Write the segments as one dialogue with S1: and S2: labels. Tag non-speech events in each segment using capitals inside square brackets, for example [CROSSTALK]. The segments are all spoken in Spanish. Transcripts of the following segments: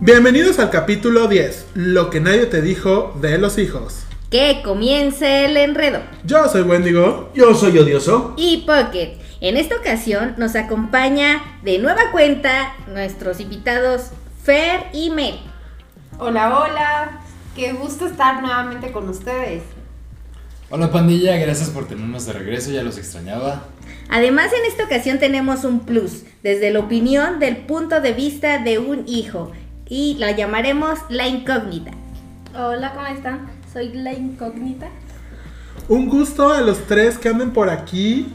S1: Bienvenidos al capítulo 10, lo que nadie te dijo de los hijos.
S2: Que comience el enredo.
S1: Yo soy Wendigo.
S3: Yo soy odioso.
S2: Y Pocket, en esta ocasión nos acompaña de nueva cuenta nuestros invitados Fer y Mel.
S4: Hola, hola. Qué gusto estar nuevamente con ustedes.
S5: Hola pandilla, gracias por tenernos de regreso, ya los extrañaba.
S2: Además, en esta ocasión tenemos un plus, desde la opinión del punto de vista de un hijo, y la llamaremos la incógnita.
S6: Hola, ¿cómo están? Soy la incógnita.
S1: Un gusto a los tres que anden por aquí.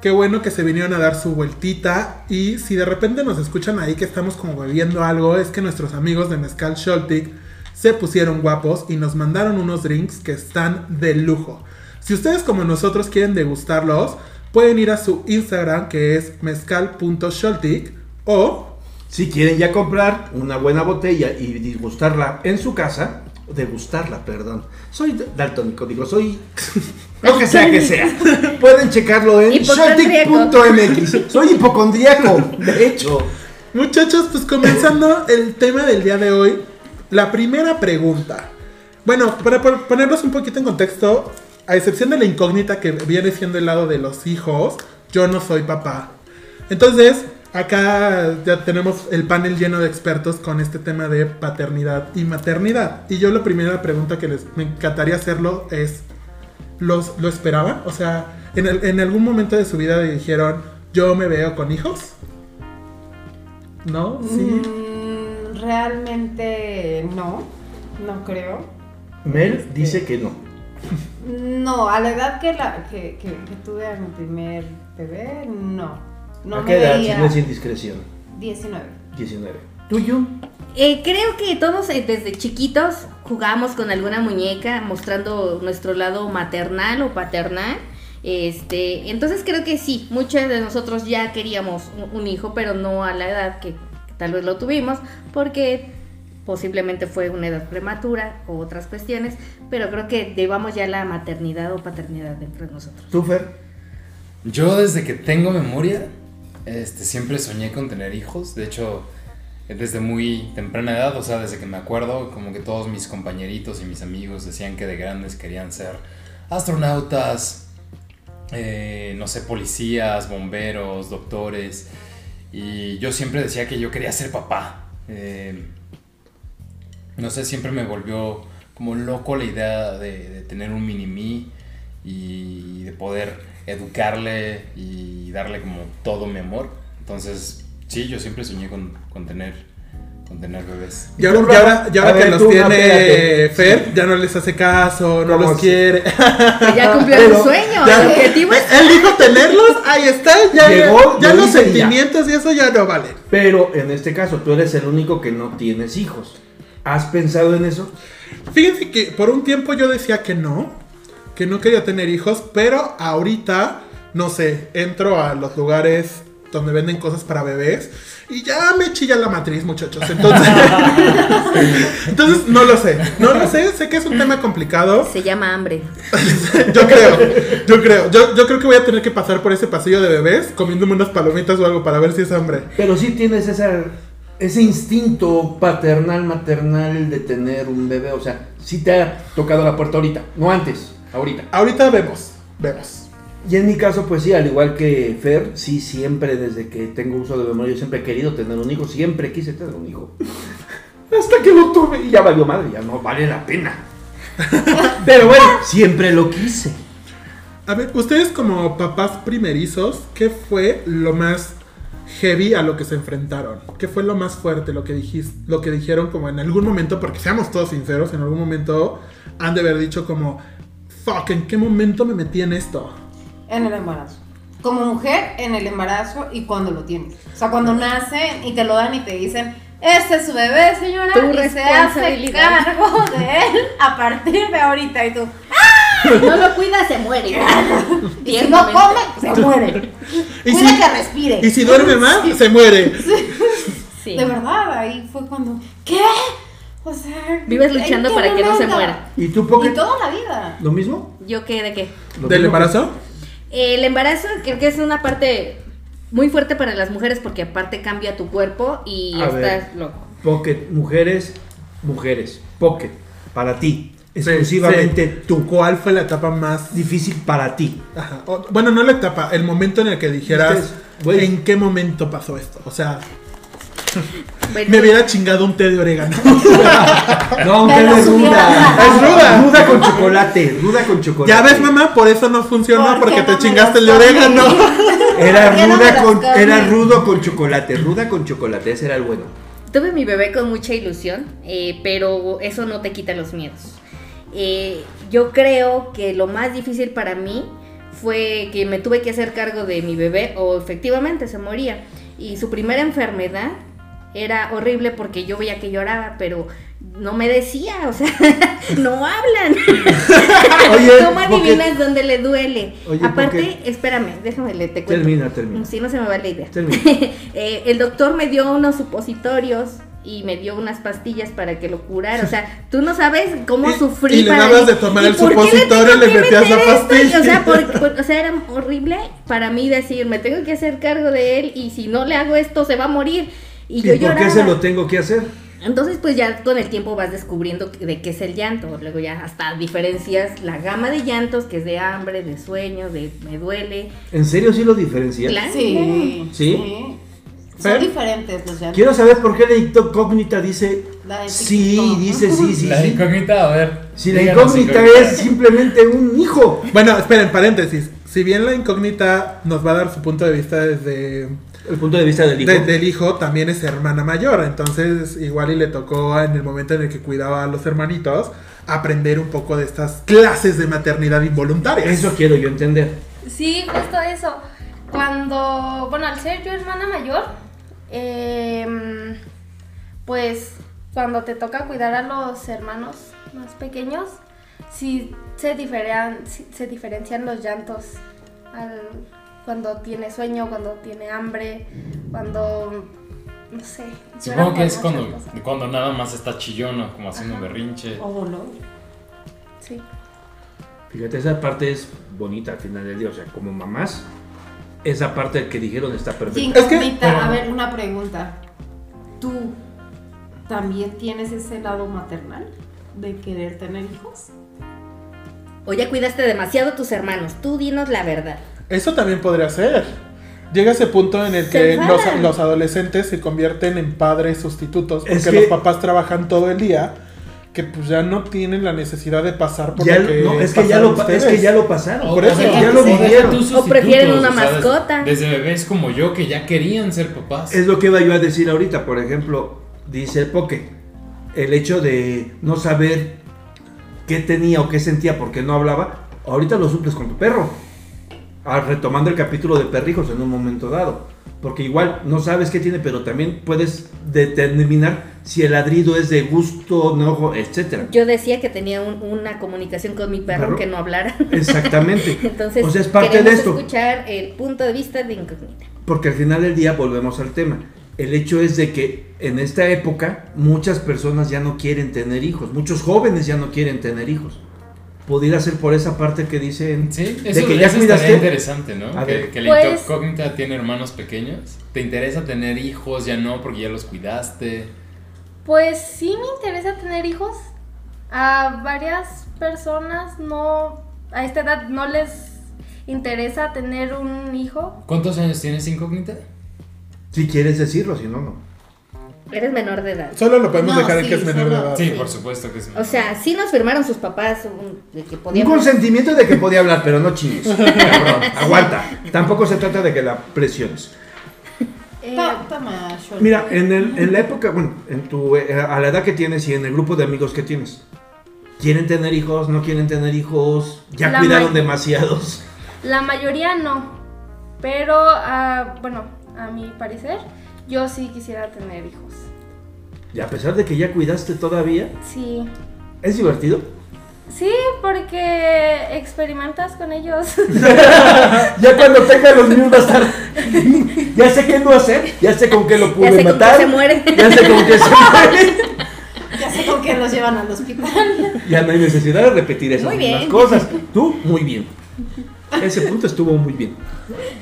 S1: Qué bueno que se vinieron a dar su vueltita. Y si de repente nos escuchan ahí que estamos como bebiendo algo, es que nuestros amigos de Mezcal Sholtic se pusieron guapos y nos mandaron unos drinks que están de lujo. Si ustedes como nosotros quieren degustarlos, pueden ir a su Instagram que es mezcal.sholtic o
S3: Si quieren ya comprar una buena botella y degustarla en su casa, degustarla, perdón. Soy daltónico, digo, soy [LAUGHS] lo que sea que sea. Pueden checarlo en
S2: Hipocondríaco.
S3: shortic.mx. Soy hipocondríaco, de hecho.
S1: Muchachos, pues comenzando el tema del día de hoy, la primera pregunta. Bueno, para, para ponerlos un poquito en contexto, a excepción de la incógnita que viene siendo el lado de los hijos, yo no soy papá. Entonces, acá ya tenemos el panel lleno de expertos con este tema de paternidad y maternidad. Y yo la primera pregunta que les me encantaría hacerlo es, ¿los, ¿lo esperaban? O sea, en, el- en algún momento de su vida dijeron, yo me veo con hijos. ¿No? Sí.
S4: Mm, realmente no, no creo.
S3: Mel
S4: Este,
S3: dice que no.
S4: No, a la edad que, la, que, que- que tuve a mi primer bebé, no. No
S3: ¿A
S4: me
S3: qué edad? Si
S4: veía.
S3: no es indiscreción.
S4: 19.
S3: 19. ¿Tuyo?
S2: Eh, creo que todos eh, desde chiquitos jugamos con alguna muñeca mostrando nuestro lado maternal o paternal. Este, entonces creo que sí, muchos de nosotros ya queríamos un, un hijo, pero no a la edad que tal vez lo tuvimos, porque posiblemente fue una edad prematura o otras cuestiones, pero creo que llevamos ya la maternidad o paternidad dentro de nosotros.
S3: ¿Tú, Fer?
S5: Yo desde que tengo memoria, este, siempre soñé con tener hijos, de hecho, desde muy temprana edad, o sea, desde que me acuerdo, como que todos mis compañeritos y mis amigos decían que de grandes querían ser astronautas, eh, no sé, policías, bomberos, doctores, y yo siempre decía que yo quería ser papá. Eh, no sé, siempre me volvió como loco la idea de, de tener un mini mí y de poder educarle y darle como todo mi amor. Entonces, sí, yo siempre soñé con, con tener con tener bebés.
S1: Y ahora,
S3: Tú,
S1: y ahora- y ahora
S3: a
S1: que
S3: ver,
S1: los
S3: tú,
S1: tiene
S3: espérate.
S1: Fer, ya no les hace caso, no
S3: ¿Cómo
S1: los
S3: es?
S1: quiere.
S3: [LAUGHS]
S2: Pues ya cumplió el
S3: Pero-
S2: sueño,
S1: Ya- eh,
S2: el objetivo es
S1: Él
S2: [LAUGHS]
S1: dijo tenerlos, ahí está, ya, eh,
S3: Llegó,
S1: ya
S3: lo
S1: los
S3: hice y ya.
S1: sentimientos y eso ya no vale.
S3: Pero en este caso, tú eres el único que no tienes hijos. ¿Has pensado en eso?
S1: Fíjense que por un tiempo yo decía que no, que no quería tener hijos, pero ahorita, no sé, entro a los lugares donde venden cosas para bebés y ya me chilla la matriz, muchachos.
S3: [LAUGHS]
S1: Entonces, [LAUGHS] entonces no lo sé, no lo sé, sé que es un tema complicado.
S2: se llama hambre.
S1: [LAUGHS] Yo creo, yo creo, yo, yo creo que voy a tener que pasar por ese pasillo de bebés comiéndome unas palomitas o algo para ver si es hambre.
S3: Pero sí tienes esa, ese instinto paternal, maternal de tener un bebé. O sea, sí te ha tocado la puerta ahorita, no antes, ahorita.
S1: Ahorita vemos, vemos.
S3: Y en mi caso, pues sí, al igual que Fer, sí, siempre desde que tengo uso de memoria, yo siempre he querido tener un hijo, siempre quise tener un hijo. [LAUGHS] Hasta que lo tuve y ya valió madre, ya no vale la pena. [LAUGHS] Pero bueno, siempre lo quise.
S1: A ver, ustedes como papás primerizos, ¿qué fue lo más heavy a lo que se enfrentaron? ¿Qué fue lo más fuerte, lo que, dijis, lo que dijeron como en algún momento? Porque seamos todos sinceros, en algún momento han de haber dicho como, fuck, ¿en qué momento me metí en esto?
S4: En el embarazo. Como mujer, en el embarazo y cuando lo tienes. O sea, cuando nacen y te lo dan y te dicen, este es su bebé, señora,
S2: Tu
S4: y se hace
S2: responsabilidad".
S4: cargo de él a partir de ahorita. Y tú,
S2: Si no lo cuida, se [LAUGHS] muere.
S4: y si no come, se muere.
S1: Y
S4: Cuida
S1: si-
S4: que respire.
S1: Y si duerme mal, se muere.
S2: Sí.
S4: De verdad, ahí fue cuando. ¿Qué? O sea.
S2: Vives
S4: ¿en
S2: luchando
S4: qué
S2: para que no se
S4: momento?
S2: muera.
S3: ¿Y tú,
S4: Y
S3: Pocket?
S4: toda la vida.
S3: ¿Lo mismo?
S2: ¿Yo qué? ¿De qué?
S3: ¿Lo
S1: ¿Del
S3: mismo que-
S1: embarazo?
S2: El embarazo creo que es una parte muy fuerte para las mujeres porque aparte cambia tu cuerpo y
S3: A
S2: estás
S3: ver.
S2: loco.
S3: Pocket, mujeres, mujeres. Pocket, para ti. Exclusivamente tú.
S1: ¿Cuál fue la etapa más
S3: Difícil para ti.
S1: Ajá. O- bueno, no la etapa, el momento en el que dijeras,
S3: Ustedes, güey.
S1: ¿en qué momento pasó esto? O sea,
S2: Bueno,
S1: me hubiera chingado un té de
S3: [LAUGHS]
S1: orégano.
S3: No,
S4: Pero
S3: pero es
S4: subiera
S3: ruda.
S4: la-
S1: Es ruda.
S3: Ruda con chocolate. Ruda con chocolate.
S1: ya ves, mamá, por eso no funcionó,
S4: ¿Por qué
S1: porque
S4: no
S1: te
S4: me
S1: chingaste el de
S4: las
S1: orégano.
S4: [LAUGHS]
S2: [LAUGHS]
S3: Era
S4: ¿Por qué no me
S3: ruda
S4: las
S3: con,
S4: cambias?
S3: era rudo con chocolate. Ruda con chocolate. Ese era el bueno.
S2: Tuve mi bebé con mucha ilusión, eh, pero eso no te quita los miedos. Eh, yo creo que lo más difícil para mí fue que me tuve que hacer cargo de mi bebé o efectivamente se moría. Y su primera enfermedad era horrible porque yo veía que lloraba, pero no me decía, o sea, [LAUGHS] no hablan.
S1: [LAUGHS]
S3: Oye,
S2: ¿Cómo
S3: porque-
S2: adivinas dónde le duele?
S3: Oye,
S2: Aparte,
S3: porque-
S2: espérame, déjame, le te cuento.
S3: Termina, termina.
S2: Si no se me va la idea.
S4: [LAUGHS]
S3: Termina.
S2: [LAUGHS] Eh, el doctor me dio unos supositorios y me dio unas pastillas para que lo curara. O sea, tú no sabes cómo
S1: Y-
S2: sufrí
S1: y le
S2: para
S1: dabas de tomar
S2: ¿Y
S1: el
S2: por qué
S1: supositorio y
S2: tengo
S1: le
S2: que
S1: metías la
S2: meter esto? Y,
S1: pastilla?
S2: O sea, por- por- o sea, era horrible para mí decir, me tengo que hacer cargo de él y si no le hago esto se va a morir. Y, yo
S3: ¿Y por qué
S2: lloraba.
S3: se lo tengo que hacer?
S2: Entonces, pues ya con el tiempo vas descubriendo de qué es el llanto. Luego ya hasta diferencias la gama de llantos, que es de hambre, de sueño, de me duele.
S3: ¿En serio sí lo diferencias?
S2: Claro.
S4: Sí.
S3: ¿Sí?
S4: Son
S1: Fer.
S4: diferentes los llantos.
S3: Quiero saber por qué la incógnita dice
S4: La de
S3: sí,
S4: Piquito.
S3: dice sí, sí,
S5: La
S3: sí.
S5: incógnita, a ver.
S3: Si la
S5: díganos,
S3: incógnita es simplemente un hijo.
S1: bueno, esperen, paréntesis. Si bien la incógnita nos va a dar su punto de vista desde
S3: El punto de vista del hijo.
S1: de- del hijo, también es hermana mayor. Entonces, igual y le tocó en el momento en el que cuidaba a los hermanitos aprender un poco de estas clases de maternidad involuntaria.
S3: Eso quiero yo entender.
S6: Sí, justo eso. Cuando, bueno, al ser yo hermana mayor, em, pues cuando te toca cuidar a los hermanos más pequeños, sí se, diferean- sí se diferencian los llantos al- cuando tiene sueño, cuando tiene hambre, cuando, no sé. llora
S5: Supongo
S6: por
S5: que es
S6: muchas
S5: cuando,
S6: cosas.
S5: cuando nada más está chillona, como haciendo berrinche.
S4: O dolor.
S6: Sí.
S3: Fíjate, esa parte es bonita al final del día. O sea, como mamás, esa parte que dijeron está
S4: Y
S3: perfecta.
S1: Es que-
S4: incógnita, a ver, una pregunta. ¿Tú también tienes ese lado maternal de querer tener hijos?
S2: O ya cuidaste demasiado a tus hermanos. Tú dinos la verdad.
S1: Eso también podría ser. Llega ese punto en el
S2: Se
S1: que los,
S2: enfadan.
S1: los adolescentes se convierten en padres sustitutos porque
S3: Es
S1: los
S3: que-
S1: papás trabajan todo el día, que pues ya no tienen la necesidad de pasar por
S3: Ya
S1: lo que
S3: no, es que ya
S1: pasaron
S3: lo pa- es
S1: ustedes.
S3: que ya lo pasaron.
S5: O-
S1: por
S5: o
S1: eso.
S5: sea,
S4: Ya
S5: o
S4: lo
S5: sea,
S3: vivieron.
S5: tus
S2: O prefieren
S5: sustitutos,
S2: una
S5: o sea, des-
S2: mascota.
S5: Desde bebés como yo que ya querían ser papás.
S3: Es lo que iba yo a decir ahorita, por ejemplo, dice el Poke, el hecho de no saber qué tenía o qué sentía porque no hablaba, ahorita lo suples con tu perro. Ah, retomando el capítulo de perrijos en un momento dado, porque igual no sabes qué tiene, pero también puedes determinar si el ladrido es de gusto, enojo, etcétera.
S2: Yo decía que tenía un- una comunicación con mi perro
S3: Claro.
S2: que no hablara. [LAUGHS]
S3: Exactamente.
S2: Entonces,
S3: o sea, es parte de
S2: queremos
S3: esto.
S2: escuchar el punto de vista de Incógnita.
S3: Porque al final del día volvemos al tema. El hecho es de que en esta época muchas personas ya no quieren tener hijos, muchos jóvenes ya no quieren tener hijos. Pudiera ser por esa parte que dicen
S5: Sí,
S3: de
S5: eso,
S3: que ya
S5: eso
S3: cuidaste.
S5: estaría interesante, ¿no?
S3: A
S5: Que,
S3: ver.
S5: que la
S6: Pues-
S5: incógnita tiene hermanos pequeños. ¿Te interesa tener hijos? Ya no, porque ya los cuidaste.
S6: Pues sí me interesa tener hijos. A varias personas no, a esta edad no les interesa tener un hijo.
S5: ¿Cuántos años tienes incógnita?
S3: Si quieres decirlo, si no, no.
S2: Eres menor de edad.
S1: Solo lo podemos
S4: No,
S1: dejar en
S4: sí,
S1: que es menor de
S4: solo-
S3: Ah,
S1: edad.
S5: Sí, por supuesto que es.
S2: O sea, sí nos firmaron sus papás un- de que
S3: Un
S2: podíamos.
S3: consentimiento de que podía hablar, pero no
S6: [LAUGHS]
S3: chingues. Cabrón, aguanta. Tampoco se trata de que la presiones.
S6: Eh,
S4: Ta- toma, Shol.
S3: Mira, en, el- en la época, bueno, en tu, eh, a la edad que tienes y en el grupo de amigos que tienes, ¿quieren tener hijos? ¿No quieren tener hijos? ¿Ya
S6: La
S3: cuidaron
S6: may-
S3: demasiados?
S6: la mayoría no, pero ah, bueno, a mi parecer yo sí quisiera tener hijos.
S3: Y a pesar de que ya cuidaste todavía,
S6: Sí,
S3: es divertido.
S6: sí, porque experimentas con ellos. [LAUGHS]
S3: Ya cuando tenga los niños va a estar. [LAUGHS] ya sé qué no hacer, ya sé con qué lo pude
S2: Ya sé con
S3: matar.
S2: qué se muere.
S3: Ya sé
S2: [LAUGHS]
S3: con qué se muere.
S4: Ya sé con qué los llevan al hospital.
S3: Ya no hay necesidad de repetir esas
S2: Muy
S3: mismas
S2: bien.
S3: cosas. Tú, muy bien. Ese punto estuvo muy bien.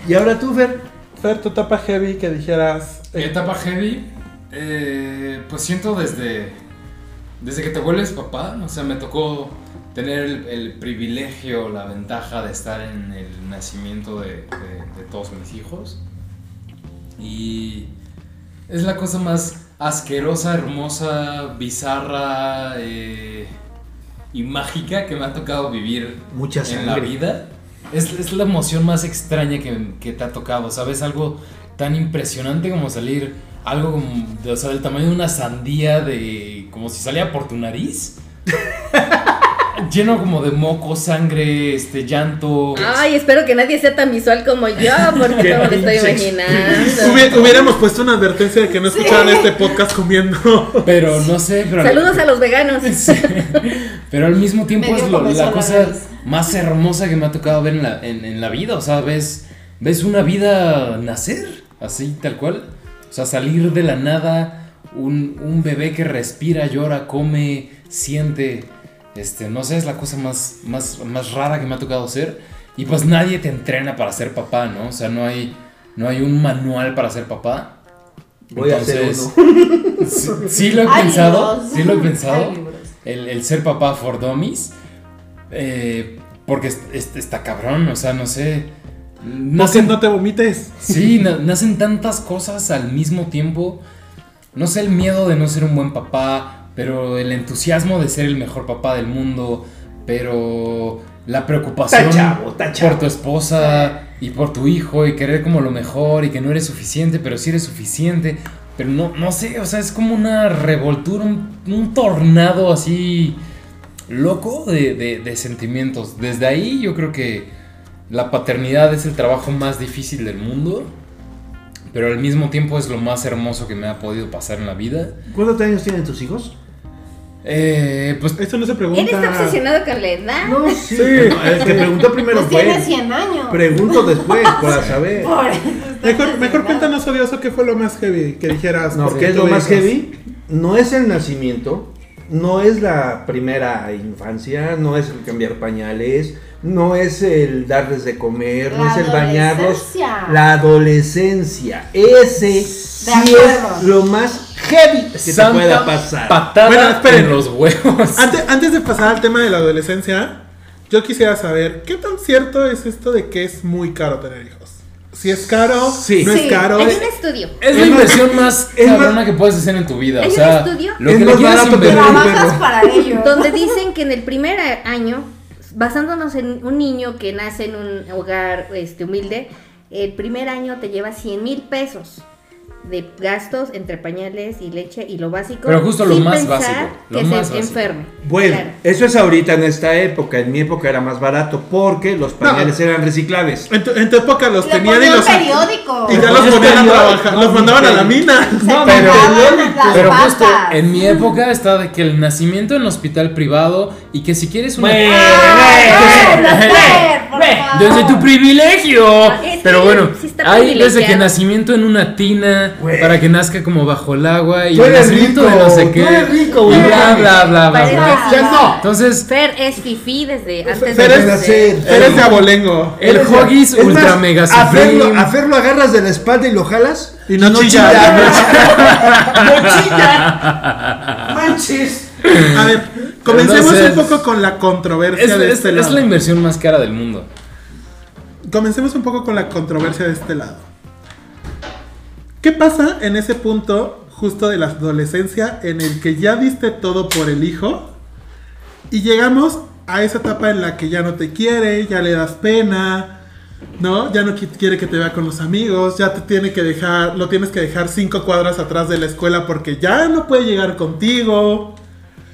S3: Y ahora tú, Fer.
S1: Fer, tu tapa heavy que dijeras. eh,
S5: etapa heavy. Eh, pues siento desde, desde que te vuelves papá, o sea, me tocó tener el, el privilegio, la ventaja de estar en el nacimiento de, de- de todos mis hijos. Y es la cosa más asquerosa, hermosa, bizarra eh, y mágica que me ha tocado vivir
S3: Mucha
S5: en la
S3: sangre.
S5: vida. Es, es la emoción más extraña que, que te ha tocado, ¿sabes? Algo tan impresionante como salir algo como, de- o sea, del tamaño de una sandía de como si salía por tu nariz. [LAUGHS] Lleno como de moco, sangre, este llanto.
S2: Ay, espero que nadie sea tan visual como yo, porque no me lo estoy imaginando.
S1: Hubi- hubiéramos puesto una advertencia de que no escucharan este podcast comiendo.
S5: Pero no sé, pero
S2: Saludos a los veganos.
S5: Sí. Pero al mismo tiempo
S4: Me dio
S5: es lo-
S4: comezón
S5: la
S4: la
S5: cosa
S4: nariz.
S5: más hermosa que me ha tocado ver en la, en, en la vida. O sea, ves, ves una vida nacer, así tal cual. O sea, salir de la nada, un, un bebé que respira, llora, come, siente. Este, no sé, es la cosa más, más, más rara que me ha tocado ser. Y pues nadie te entrena para ser papá, ¿no? O sea, no hay, no hay un manual para ser papá.
S3: Voy a hacer
S5: Entonces,
S3: uno.
S5: Sí, sí lo he
S4: Hay
S5: pensado,
S4: libros.
S5: sí lo he pensado
S4: Hay libros.
S5: el, el ser papá for dummies. eh, porque es- es- está cabrón, o sea, no sé.
S1: [LAUGHS] No que
S5: Nacen,
S1: no te vomites.
S5: sí, na- nacen tantas cosas al mismo tiempo. No sé, el miedo de no ser un buen papá, pero el entusiasmo de ser el mejor papá del mundo, pero la preocupación
S3: Está chavo, está chavo.
S5: por tu esposa y por tu hijo y querer como lo mejor y que no eres suficiente, pero sí eres suficiente. Pero no, no sé, o sea, es como una revoltura, un, un tornado así loco de, de- de sentimientos. Desde ahí yo creo que la paternidad es el trabajo más difícil del mundo, pero al mismo tiempo es lo más hermoso que me ha podido pasar en la vida.
S3: ¿Cuántos años tienen tus hijos?
S5: Eh, pues
S1: Eso no se pregunta.
S2: Eres obsesionado con la edad.
S3: No, sí.
S1: Sí.
S3: No, el que preguntó primero
S4: Pues
S3: fue.
S4: tiene
S3: él.
S4: 100 años.
S3: Pregunto después para
S2: [LAUGHS]
S3: saber.
S4: Por eso está
S1: Mejor, mejor
S4: fascinado.
S1: cuéntanos, odioso, qué fue lo más heavy que dijeras.
S3: No,
S1: ¿por
S3: ¿qué es lo
S1: tuve
S3: más
S1: hijos?
S3: Este, heavy? No es el nacimiento, no es la primera infancia, no es el cambiar pañales, no es el darles de comer, no
S4: La
S3: es el bañarlos.
S4: adolescencia.
S3: La adolescencia. Ese sí es
S4: acuerdo.
S3: lo más heavy que
S5: santa
S3: te pueda pasar. Ah,
S5: Patada
S1: Bueno, esperen.
S5: en los huevos.
S1: Antes, antes de pasar al tema de la adolescencia, yo quisiera saber, ¿qué tan cierto es esto de que es muy caro tener hijos? Si es caro,
S3: Sí.
S1: no
S2: Sí,
S1: es caro.
S5: eh.
S2: Hay un estudio.
S5: Es la
S3: Es más-
S5: inversión más
S3: es más-
S5: cabrona que puedes hacer en tu vida.
S2: ¿Hay
S5: O
S2: un
S5: sea,
S2: estudio?
S5: lo
S3: Es
S5: que le
S3: más
S5: quieras
S3: barato
S5: invertir-
S3: tener un
S4: Trabajas
S3: perro.
S4: para ello.
S2: donde dicen que en el primer a- año, basándonos en un niño que nace en un hogar este, humilde, el primer año te lleva 100 mil pesos de gastos entre pañales y leche y lo básico.
S5: Pero justo lo
S2: sin
S5: más
S2: pensar
S5: básico, lo
S2: que
S5: más
S2: se
S5: básico.
S2: enferme.
S3: Bueno,
S2: Claro.
S3: eso es ahorita en esta época. En mi época era más barato porque los pañales eran reciclables.
S1: En tu, en tu época los
S4: Le
S1: tenían y
S4: ponía un
S1: los...
S4: periódico.
S1: Y ya
S3: Le
S1: los
S3: ponías
S1: ponían a
S3: periódico.
S1: trabajar, los
S3: No,
S1: mandaban a la
S3: mi-
S1: mina.
S4: No,
S5: pero-
S4: las
S5: Pero
S4: patas.
S5: justo en mi época está de que el nacimiento en hospital privado y que si quieres una.
S3: Bueno.
S4: Ah, Ay, no, Fer, por favor.
S5: Desde tu privilegio.
S2: Es que
S5: Pero bueno,
S2: sí está
S5: hay desde que
S2: privilegiado.
S5: nacimiento en una tina
S3: Güey.
S5: para que nazca como bajo el agua y
S3: Tú
S5: el
S3: eres
S5: nacimiento
S3: rico,
S5: de no sé
S3: tú
S5: qué.
S3: eres rico,
S5: y
S3: güey.
S5: bla, bla, bla, bla,
S2: Parece
S5: bla.
S2: que sí.
S5: Entonces,
S2: Fer es fifí desde antes
S1: Fer
S2: de
S1: es-
S2: nacer.
S1: Eres de abolengo.
S5: el
S3: Eres-
S5: Hoggies
S3: es
S5: Ultra
S3: más,
S5: Mega
S3: a Fer, lo,
S5: Supreme.
S3: a Fer lo agarras de la espalda y lo jalas.
S1: Y no chilla.
S3: [LAUGHS] Manches.
S1: A ver, comencemos
S5: Entonces-
S1: un poco con la controversia
S5: Es,
S1: de
S5: es-
S1: este
S5: es
S1: lado.
S5: la inversión más cara del mundo.
S1: Comencemos un poco con la controversia de este lado. ¿Qué pasa en ese punto justo de la adolescencia en el que ya diste todo por el hijo y llegamos a esa etapa en la que ya no te quiere, ya le das pena, ¿no? Ya no qui- quiere que te vea con los amigos, ya te tiene que dejar, lo tienes que dejar cinco cuadras atrás de la escuela porque ya no puede llegar contigo.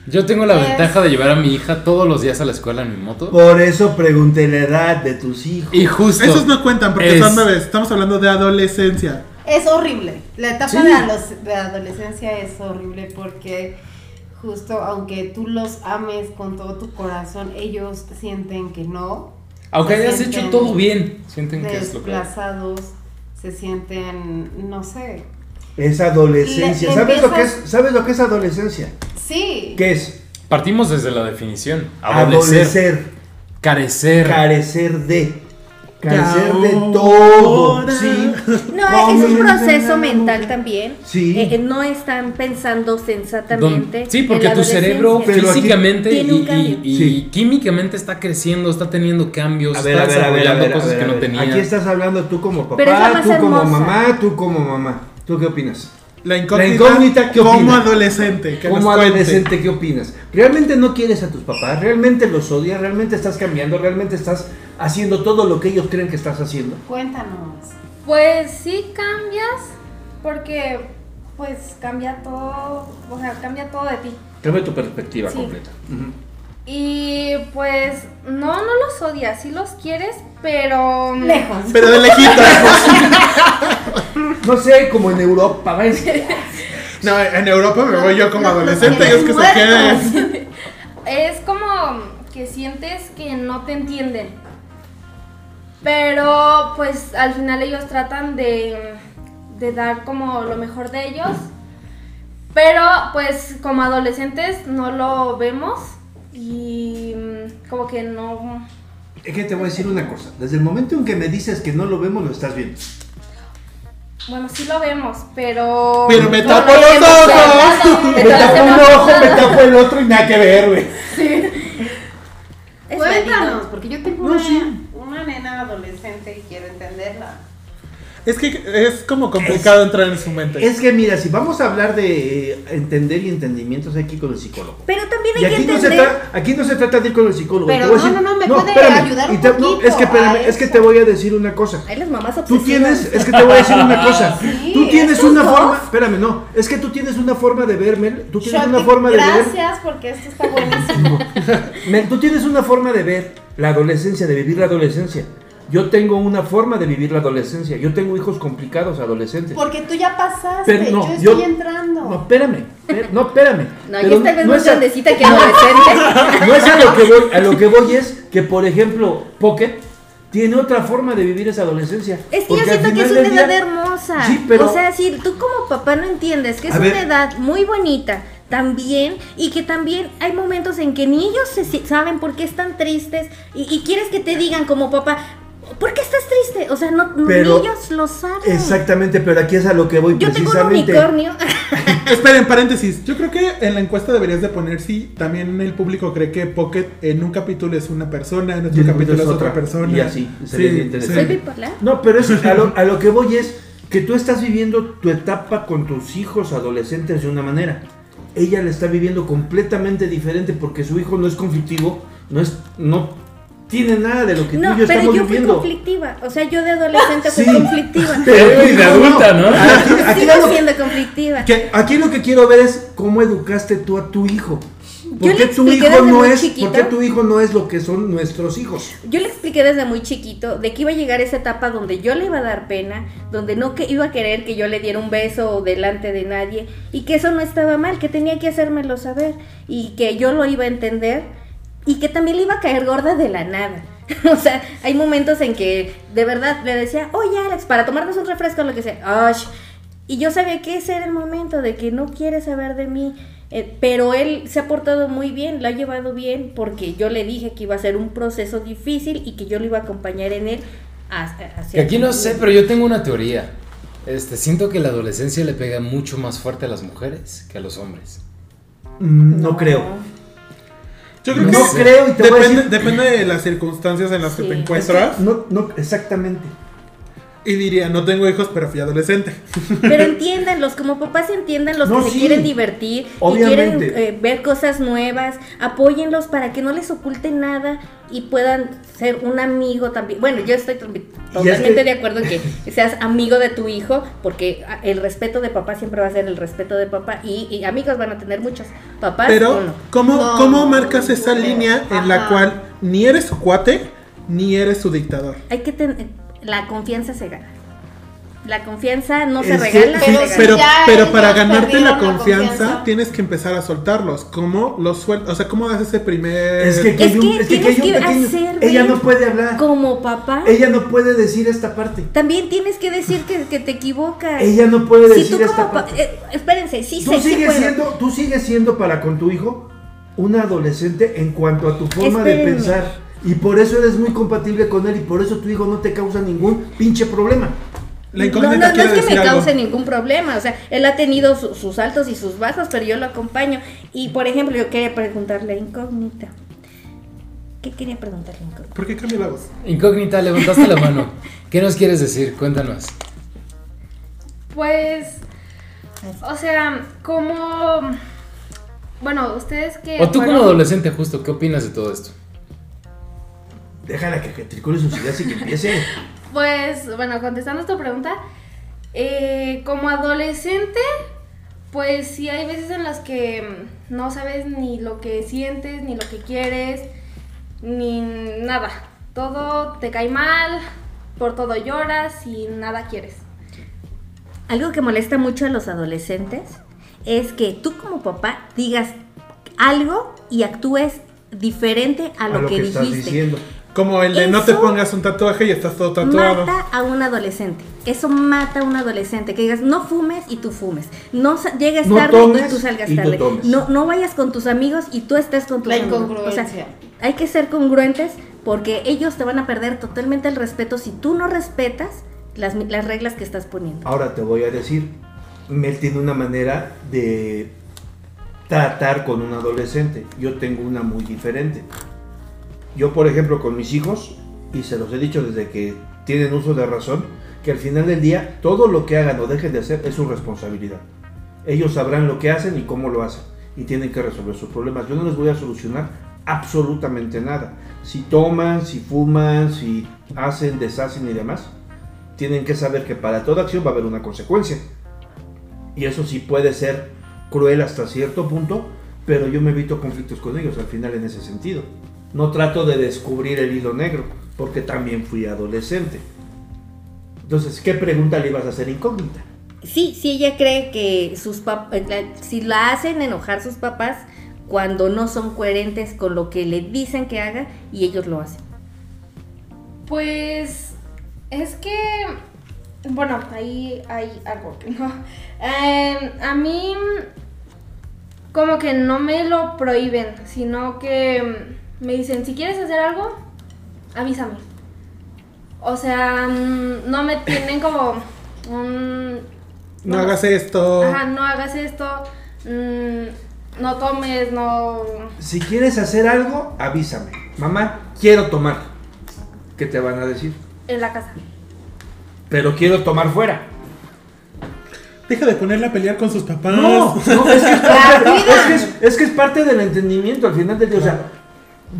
S5: Yo tengo la
S4: Es-
S5: ventaja de llevar a mi hija todos los días a la escuela en mi moto.
S3: Por eso pregunté la edad de tus hijos.
S5: Y justo.
S1: Esos no cuentan porque
S5: es-
S1: son bebés, estamos hablando de adolescencia.
S4: Es horrible. La etapa
S5: Sí.
S4: de, adoles- de adolescencia es horrible porque justo aunque tú los ames con todo tu corazón, ellos sienten que no.
S5: Aunque
S4: se
S5: hayas
S4: sienten
S5: hecho todo bien, sienten que es lo que.
S4: Desplazados, se sienten, no sé.
S3: Es adolescencia.
S4: Le- le
S3: ¿Sabes lo, que es,
S4: empiezas-
S3: ¿Sabes lo que es adolescencia?
S4: Sí.
S3: ¿Qué es?
S5: Partimos desde la definición: adolecer,
S3: Adolecer.
S5: carecer,
S3: Carecer de. Cáncer
S1: Que
S3: de
S1: ahora-
S3: todo. Sí.
S2: No, es un
S3: Comen
S2: proceso
S3: enano.
S2: mental también.
S3: Sí.
S2: Eh, eh, no están pensando sensatamente.
S5: Don- sí,
S2: en
S5: porque
S2: la
S5: tu cerebro
S2: adolescencia.
S3: Pero aquí
S5: físicamente
S2: tiene un
S5: y,
S2: cambio.
S5: y- y
S3: Sí.
S5: químicamente está creciendo, está teniendo cambios,
S3: A ver,
S5: está
S3: a ver, a ver, a
S5: desarrollando
S3: ver, a
S5: cosas
S3: ver,
S5: que
S3: a
S5: no
S3: ver.
S5: tenía. [LAUGHS]
S3: Aquí estás hablando tú como
S2: Pero es la
S3: papá,
S2: más
S3: tú como
S2: hermosa.
S3: mamá, tú como mamá. ¿Tú qué opinas?
S1: La incógnita,
S3: La incógnita, ¿qué
S1: como
S3: opina?
S1: adolescente. Que
S3: Como
S1: nos cuente.
S3: adolescente, ¿qué opinas? ¿Realmente no quieres a tus papás? ¿Realmente los odias? ¿Realmente estás cambiando? ¿Realmente estás haciendo todo lo que ellos creen que estás haciendo?
S4: Cuéntanos.
S6: Pues sí cambias, porque pues cambia todo, o sea, cambia todo de ti.
S3: Cambia tu perspectiva
S6: Sí.
S3: completa. Ujú.
S6: Y pues no, no los odias, sí los quieres, pero...
S4: Lejos.
S1: Pero de lejito. [LAUGHS]
S3: No sé, como en Europa, ¿ves?
S1: No, en Europa me voy yo como
S6: Los- los
S1: adolescente y es que se
S6: muertos.
S1: quede.
S6: Es como que sientes que no te entienden. Pero pues al final ellos tratan de, de dar como lo mejor de ellos. Pero pues como adolescentes no lo vemos y mm, como que no...
S3: Es que te voy a decir una cosa. Desde el momento en que me dices que no lo vemos, lo estás viendo.
S6: Bueno, sí lo vemos, pero...
S1: Pero me
S6: no
S1: tapo
S6: lo
S1: los
S6: hacemos
S1: ojos. [LAUGHS]
S6: nada, no
S1: Me
S6: lo hacemos nada.
S3: tapo el otro y nada que ver, güey.
S2: Es válido.
S4: Cuéntanos, porque yo tengo
S1: No,
S4: una,
S1: sí.
S4: una nena adolescente y quiero entenderla.
S1: Es que es como complicado entrar en su mente.
S3: Es que mira, si vamos a hablar de eh, entender y entendimientos hay que ir con el psicólogo.
S2: Pero también hay
S3: Y
S2: que
S3: aquí no, se
S2: entender.
S3: tra- aquí no se trata de ir con el psicólogo.
S4: Pero
S3: te voy a
S4: no, no, no, me puede ayudar un
S3: y te- no,
S4: poquito
S3: es que espérame,
S4: a
S3: es que
S4: eso.
S3: te voy a decir una cosa.
S2: Hay las mamás
S3: Tú
S2: obsesivas.
S3: tienes, es que te voy a decir
S4: [LAUGHS]
S3: una cosa.
S4: Sí,
S3: tú tienes
S4: estos
S3: una
S4: dos.
S3: forma, espérame, no, es que tú tienes una forma de verme, tú tienes
S4: Shorty,
S3: una forma de ver.
S4: gracias porque esto está buenísimo.
S3: [LAUGHS] Me- tú tienes una forma de ver la adolescencia, de vivir la adolescencia. Yo tengo una forma de vivir la adolescencia. Yo tengo hijos complicados adolescentes.
S4: Porque tú ya pasaste,
S3: Pero no,
S4: yo estoy
S3: yo-
S4: entrando.
S3: No, espérame. per- no, espérame.
S2: No,
S3: Pero
S2: yo tal vez
S3: [LAUGHS] no
S2: más
S3: es a-
S2: grandecita que adolescente.
S3: No es a lo que voy, a lo que voy es que, por ejemplo, Pocket tiene otra forma de vivir esa adolescencia.
S2: Es que
S3: Porque
S2: yo
S3: al
S2: siento que
S3: final
S2: es una
S3: del día-
S2: edad hermosa.
S3: Sí, pero-
S2: O sea, si tú como papá no entiendes que es
S3: A
S2: una
S3: ver.
S2: edad muy bonita también y que también hay momentos en que ni ellos se si- saben por qué están tristes y, y quieres que te digan como papá, ¿por qué estás triste? O sea, no, no-
S3: Pero-
S2: ni ellos lo saben.
S3: Exactamente, pero aquí es a lo que voy
S2: Yo tengo un
S3: precisamente.
S2: unicornio. [LAUGHS]
S1: Eh, Esperen, paréntesis. Yo creo que en la encuesta deberías de poner si también el público cree que Pocket en un capítulo es una persona, en
S3: Y
S1: otro
S3: en
S1: capítulo
S3: otro
S1: es
S3: es
S1: otra
S3: otra.
S1: persona.
S3: Y así, sería bien interesante.
S2: Soy bipolar.
S3: No, pero eso, a, lo, a lo que voy es que tú estás viviendo tu etapa con tus hijos adolescentes de una manera. Ella la está viviendo completamente diferente porque su hijo no es conflictivo, no es, no tiene nada de lo que
S2: No,
S3: tú y
S2: pero
S3: yo
S2: yo
S3: estamos
S2: fui
S3: viviendo.
S2: conflictiva. O sea, yo de adolescente fui
S3: Sí. [LAUGHS]
S2: conflictiva.
S5: Y de adulta, ¿no?
S3: Aquí, aquí
S2: Sigo
S3: lo que-
S2: siendo conflictiva.
S3: que- aquí lo que quiero ver es cómo educaste tú a tu hijo.
S2: Yo
S3: ¿Por
S2: le
S3: qué tu
S2: expliqué
S3: hijo
S2: desde
S3: no
S2: muy
S3: es,
S2: chiquita.
S3: por qué tu hijo no es lo que son nuestros hijos?
S2: Yo le expliqué desde muy chiquito de que iba a llegar esa etapa donde yo le iba a dar pena, donde no que iba a querer que yo le diera un beso delante de nadie y que eso no estaba mal, que tenía que hacérmelo saber y que yo lo iba a entender y que también le iba a caer gorda de la nada. [LAUGHS] O sea, hay momentos en que de verdad le decía, oye Alex, para tomarnos un refresco, lo que sea, "Ash". y yo sabía que ese era el momento de que no quiere saber de mí. Eh, pero él se ha portado muy bien, lo ha llevado bien, porque yo le dije que iba a ser un proceso difícil y que yo lo iba a acompañar en él. Hasta,
S5: Que aquí no sé, pero yo tengo una teoría. Este, siento que la adolescencia le pega mucho más fuerte a las mujeres que a los hombres.
S3: Mm, No, creo.
S1: Yo creo que
S3: No creo y te voy a
S1: depende,
S3: decir-
S1: depende de las circunstancias en las que
S2: Sí.
S1: te encuentras.
S3: Pues, No, no, exactamente.
S1: Y diría, no tengo hijos, pero fui adolescente.
S2: Pero entiéndanlos, como papás entiéndanlos
S3: No,
S2: que
S3: sí.
S2: se quieren divertir y quieren
S3: Obviamente.
S2: eh, ver cosas nuevas, apóyenlos para que no les oculten nada y puedan ser un amigo también. Bueno, yo estoy to- totalmente de acuerdo en que [LAUGHS] seas amigo de tu hijo, porque ah, el respeto de papá siempre va a ser el respeto de papá y, y amigos van a tener muchos, papás
S1: Pero,
S2: uno.
S1: ¿cómo,
S4: No,
S1: ¿cómo marcas
S4: no
S1: esa
S4: creo.
S1: línea en la
S4: Ajá.
S1: cual ni eres su cuate, ni eres su dictador?
S2: Hay que tener, la confianza se gana. La confianza no se
S3: Ese-
S2: regala, se
S4: Pero
S2: regala.
S4: sí,
S1: Pero,
S4: ya
S1: pero
S4: ellos
S1: para ganarte
S4: perdieron
S1: la
S4: la
S1: confianza,
S4: confianza.
S1: tienes que empezar a soltarlos. ¿Cómo los sueltas? O sea, ¿cómo das ese primer...
S3: Es que, aquí
S2: Es
S3: hay un-
S2: que
S3: es que aquí
S2: tienes
S3: hay un
S2: que
S3: pequeño-
S2: hacer
S3: ella
S2: ver
S3: no puede hablar.
S2: Como papá.
S3: Ella no puede decir esta parte.
S2: También tienes que decir que, que te equivocas.
S3: Ella no puede
S2: si
S3: decir
S2: tú como
S3: esta
S2: pa-
S3: parte.
S2: eh, espérense, sí
S3: Tú
S2: sé sí
S3: sigues
S2: puedo.
S3: siendo, tú sigues siendo para con tu hijo una adolescente en cuanto a tu forma de
S2: Espérenme.
S3: pensar. Y por eso eres muy compatible con él y por eso tu hijo no te causa ningún pinche problema.
S1: La
S2: No, no,
S1: incógnita
S2: no es
S1: quiere
S2: que me
S1: decir algo.
S2: cause ningún problema, o sea, él ha tenido su- sus altos y sus bajos, pero yo lo acompaño. Y por ejemplo, yo quería preguntarle a incógnita. ¿Qué quería preguntarle a incógnita?
S1: ¿Por qué cambia la voz?
S5: Incógnita, levantaste la
S2: [LAUGHS]
S5: mano. ¿Qué nos quieres decir? Cuéntanos.
S6: Pues, o sea, como... Bueno, ustedes que...
S5: O tú como
S6: fueron-
S5: adolescente justo, ¿qué opinas de todo esto?
S3: Déjala que retricule sus ideas y que empiece.
S6: Pues, bueno, contestando esta pregunta, eh, como adolescente, pues sí hay veces en las que mm, no sabes ni lo que sientes, ni lo que quieres, ni nada. Todo te cae mal, por todo lloras y nada quieres.
S2: Algo que molesta mucho a los adolescentes es que tú como papá digas algo y actúes diferente [LAUGHS] a lo,
S3: a lo que,
S2: que,
S3: estás
S2: dijiste.
S3: diciendo.
S1: Como el de no te
S2: Eso
S1: pongas un tatuaje y estás todo tatuado.
S2: Mata a un adolescente. Eso mata a un adolescente. Que digas, no fumes y tú fumes. No sa- llegues
S3: No
S2: tarde y
S3: tomes
S2: tú salgas
S3: y tú
S2: tarde.
S3: tomes.
S2: no, no vayas con tus amigos y tú estés con tus
S4: La
S2: amigos.
S4: incongruencia.
S2: O sea, hay que ser congruentes porque ellos te van a perder totalmente el respeto si tú no respetas las, las reglas que estás poniendo.
S3: Ahora te voy a decir, Mel tiene una manera de tratar con un adolescente. Yo tengo una muy diferente. Yo, por ejemplo, con mis hijos, y se los he dicho desde que tienen uso de razón, que al final del día todo lo que hagan o dejen de hacer es su responsabilidad. Ellos sabrán lo que hacen y cómo lo hacen. Y tienen que resolver sus problemas. Yo no les voy a solucionar absolutamente nada. Si toman, si fuman, si hacen, deshacen y demás, tienen que saber que para toda acción va a haber una consecuencia. Y eso sí puede ser cruel hasta cierto punto, pero yo me evito conflictos con ellos al final en ese sentido. No trato de descubrir el hilo negro, porque también fui adolescente. Entonces, ¿qué pregunta le ibas a hacer incógnita?
S2: Sí, si ella cree que sus pap- eh, la- si la hacen enojar sus papás cuando no son coherentes con lo que le dicen que haga y ellos lo hacen.
S6: Pues es que, bueno, ahí hay algo que no. Eh, a mí mm, como que no me lo prohíben, sino que mm, me dicen, si quieres hacer algo, avísame. O sea, mm, no me tienen como un...
S1: No
S6: bueno,
S1: hagas esto.
S6: Ajá, no hagas esto, mm, no tomes, no...
S3: Si quieres hacer algo, avísame. Mamá, quiero tomar. ¿Qué te van a decir?
S6: en la casa.
S3: Pero quiero tomar fuera.
S1: Deja de ponerla a pelear con sus papás.
S3: No, no, es que
S4: La
S3: es parte,
S4: vida.
S3: es que es- es que es parte del entendimiento al final del día. O sea,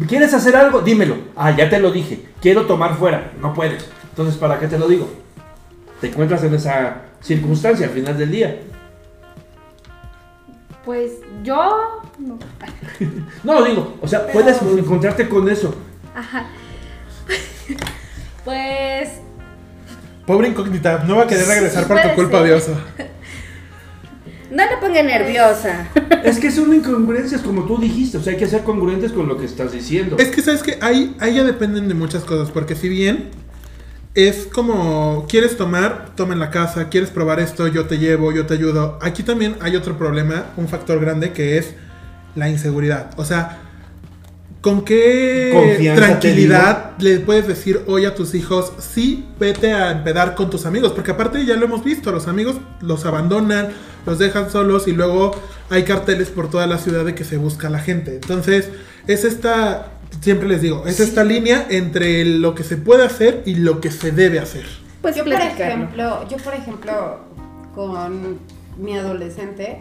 S3: ¿quieres hacer algo? Dímelo. Ah, ya te lo dije. Quiero tomar fuera. No puedes. Entonces, ¿para qué te lo digo? Te encuentras en esa circunstancia al final del día.
S6: Pues yo... No.
S3: No lo digo. O sea, puedes encontrarte con eso.
S6: Ajá. Pues
S1: Pobre incógnita, no va a querer regresar por tu
S6: puede
S1: culpa,
S6: ser.
S1: odiosa.
S2: No le ponga nerviosa.
S4: Pues
S3: Es que son incongruencias, como tú dijiste. O sea, hay que ser congruentes con lo que estás diciendo.
S1: Es que sabes que ahí, ahí ya dependen de muchas cosas, porque si bien es como quieres tomar, toma en la casa, quieres probar esto, yo te llevo, yo te ayudo. Aquí también hay otro problema, un factor grande que es la inseguridad. O sea, ¿con qué
S3: Confianza,
S1: tranquilidad le puedes decir hoy a tus hijos, sí, vete a empedar con tus amigos? Porque aparte ya lo hemos visto, los amigos los abandonan, los dejan solos y luego hay carteles por toda la ciudad de que se busca a la gente. Entonces, es esta, siempre les digo, es esta línea entre lo que se puede hacer y lo que se debe hacer.
S2: Pues
S4: yo por
S2: platicarlo.
S4: ejemplo, yo por ejemplo, con mi adolescente,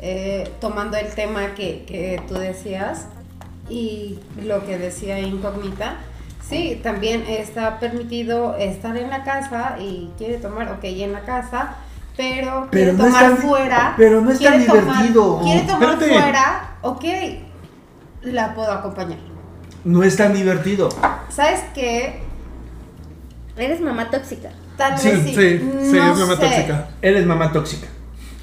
S4: eh, tomando el tema que, que tú decías y lo que decía incógnita, sí, también está permitido estar en la casa y quiere tomar, ok, en la casa, pero quiere
S3: Pero no es
S4: tomar
S3: tan-
S4: fuera.
S3: pero no es
S4: quiere
S3: tan
S4: tomar-
S3: divertido.
S4: Quiere tomar
S1: Espérate.
S4: fuera, ok, la puedo acompañar.
S3: No es tan divertido.
S4: ¿Sabes qué?
S2: Eres mamá tóxica.
S4: Tal vez
S1: Sí, sí, sí,
S4: no
S1: es mamá
S4: sé.
S1: tóxica.
S3: Él es mamá tóxica.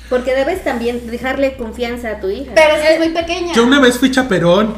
S2: Porque debes también dejarle confianza a tu hija.
S4: Pero es que es muy pequeña.
S1: Yo una vez fui chaperón.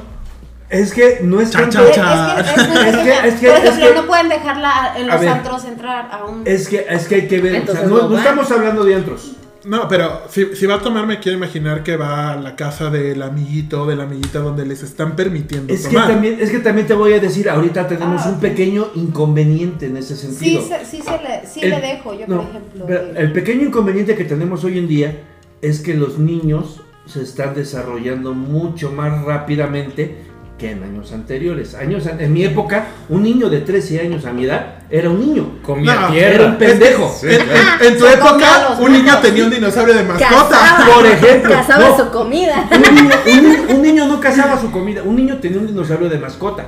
S3: Es que no es
S1: Cha,
S3: tan
S1: cha,
S4: Es-
S1: cha.
S4: Es
S3: [LAUGHS]
S4: que, es muy
S3: Es que-
S4: pequeña.
S3: es que-
S4: Por
S3: es
S4: ejemplo,
S3: que-
S4: no pueden dejarla en
S3: A
S4: los
S3: ver.
S4: antros entrar a un.
S3: Es que, es que hay que ver, o sea,
S2: Entonces
S3: no,
S2: no
S3: no
S2: va.
S3: estamos hablando de antros.
S1: No, pero si, si va a tomar, me quiero imaginar que va a la casa del amiguito, de la amiguita, donde les están permitiendo
S3: Es que,
S1: tomar.
S3: también, es que también te voy a decir, ahorita tenemos
S4: Ah,
S3: un
S4: ok.
S3: pequeño inconveniente en ese
S4: Sí,
S3: sentido.
S4: se- sí, se le, sí
S3: El-
S4: le dejo, yo
S3: No,
S4: por ejemplo. eh,
S3: pero
S4: de-
S3: el pequeño inconveniente que tenemos hoy en día es que los niños se están desarrollando mucho más rápidamente que en años anteriores. Años, an- en mi época, un niño de 13 años a mi edad era un niño.
S5: Comía
S1: No,
S5: tierra.
S3: era un pendejo.
S5: Sí,
S1: En,
S5: claro.
S1: en- en tu
S4: Se comía
S1: época,
S4: los
S1: un niño
S4: mocos.
S1: tenía un dinosaurio de mascota.
S2: Cazaba,
S3: por ejemplo,
S2: Cazaba
S3: no.
S2: su comida.
S3: Un niño, un ni- un niño no cazaba su comida, un niño tenía un dinosaurio de mascota.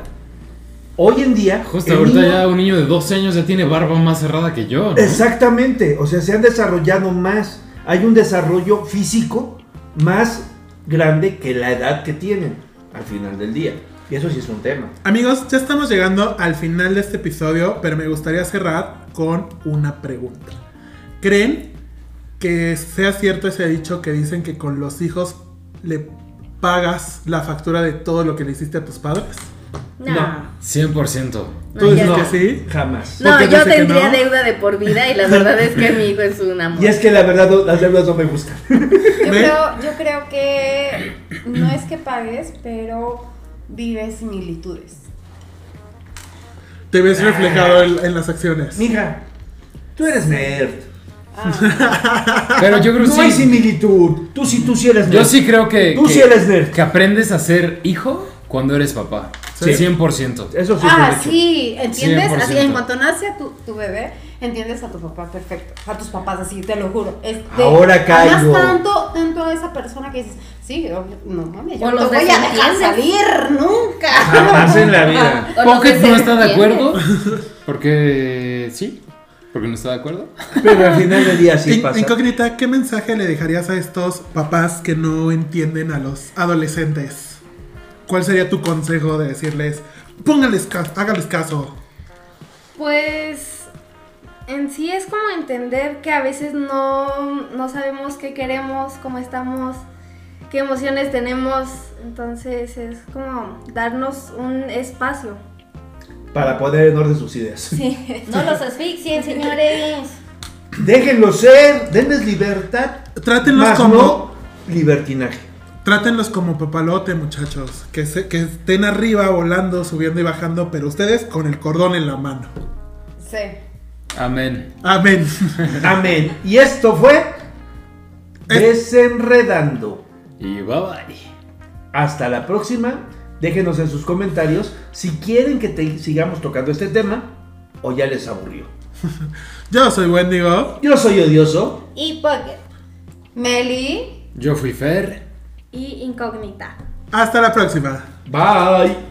S3: Hoy en día...
S5: Justo
S3: el
S5: ahorita
S3: niño-
S5: ya un niño de 12 años ya tiene barba más cerrada que yo. ¿no?
S3: Exactamente, o sea, se han desarrollado más. Hay un desarrollo físico más grande que la edad que tienen al final del día. Y eso sí es un tema.
S1: Amigos, ya estamos llegando al final de este episodio, pero me gustaría cerrar con una pregunta. ¿Creen que sea cierto ese dicho que dicen que con los hijos le pagas la factura de todo lo que le hiciste a tus padres?
S2: No.
S3: No.
S5: 100%.
S2: No,
S1: ¿Tú dices
S2: ya
S1: que sí?
S3: Jamás.
S2: No,
S1: ¿Por qué
S2: yo
S1: dice que
S2: tendría
S1: no?
S2: deuda de por vida y la verdad es que mi hijo es un amor.
S3: [LAUGHS] Y es que la verdad no- las deudas no me gustan.
S4: Yo
S1: ¿Ve?
S4: creo, yo creo que no es que pagues, pero vives similitudes.
S1: Te ves reflejado en, en las acciones.
S3: Mija, tú eres nerd.
S4: Ah,
S5: Pero yo creo
S3: no hay
S5: que sí.
S3: similitud. Tú sí, tú sí eres nerd.
S5: Yo sí creo que.
S3: Tú
S5: que-
S3: sí eres nerd.
S5: Que aprendes a ser hijo cuando eres papá.
S3: Sí.
S5: 100%.
S3: Eso sí. es un
S4: Ah,
S3: hecho.
S4: sí, ¿entiendes? Así,
S5: 100%.
S4: en cuanto nace a tu, tu bebé, entiendes a tu papá perfecto. A tus papás, así, te lo juro. Este,
S3: Ahora caigo.
S4: Amas tanto, tanto a esa persona que dices, sí, yo- no mames,
S2: O
S4: yo no te
S2: los
S4: voy a dejar
S2: desentiendes.
S4: salir nunca.
S3: Jamás en la vida.
S2: O
S5: Pocket
S2: que se
S5: no está de
S2: defiende.
S5: acuerdo. Porque. Sí. Porque no está de acuerdo.
S3: Pero al final del día sí
S1: In-
S3: pasa.
S1: Incógnita, ¿qué mensaje le dejarías a estos papás que no entienden a los adolescentes? ¿Cuál sería tu consejo de decirles, pónganles caso, háganles caso?
S6: Pues en sí es como entender que a veces no, no sabemos qué queremos, cómo estamos, qué emociones tenemos. Entonces es como darnos un espacio.
S3: Para poner en orden sus ideas.
S2: No los asfixien, señores.
S3: Déjenlo ser, denles libertad.
S1: Trátenlos
S3: más
S1: como-
S3: no libertinaje.
S1: Trátenlos como papalote, muchachos. Que, se- que estén arriba, volando, subiendo y bajando, pero ustedes con el cordón en la mano.
S4: Sí.
S5: Amén.
S1: Amén. [LAUGHS]
S3: Amén. Y esto fue
S1: Es-
S3: Desenredando.
S5: Y bye bye.
S3: Hasta la próxima. Déjenos en sus comentarios si quieren que te- sigamos tocando este tema o ya les aburrió.
S1: Yo soy Wendigo.
S3: Yo soy odioso.
S2: Y Pocket.
S4: Meli.
S5: Yo fui Fer.
S6: Y incógnita.
S1: Hasta la próxima.
S3: Bye.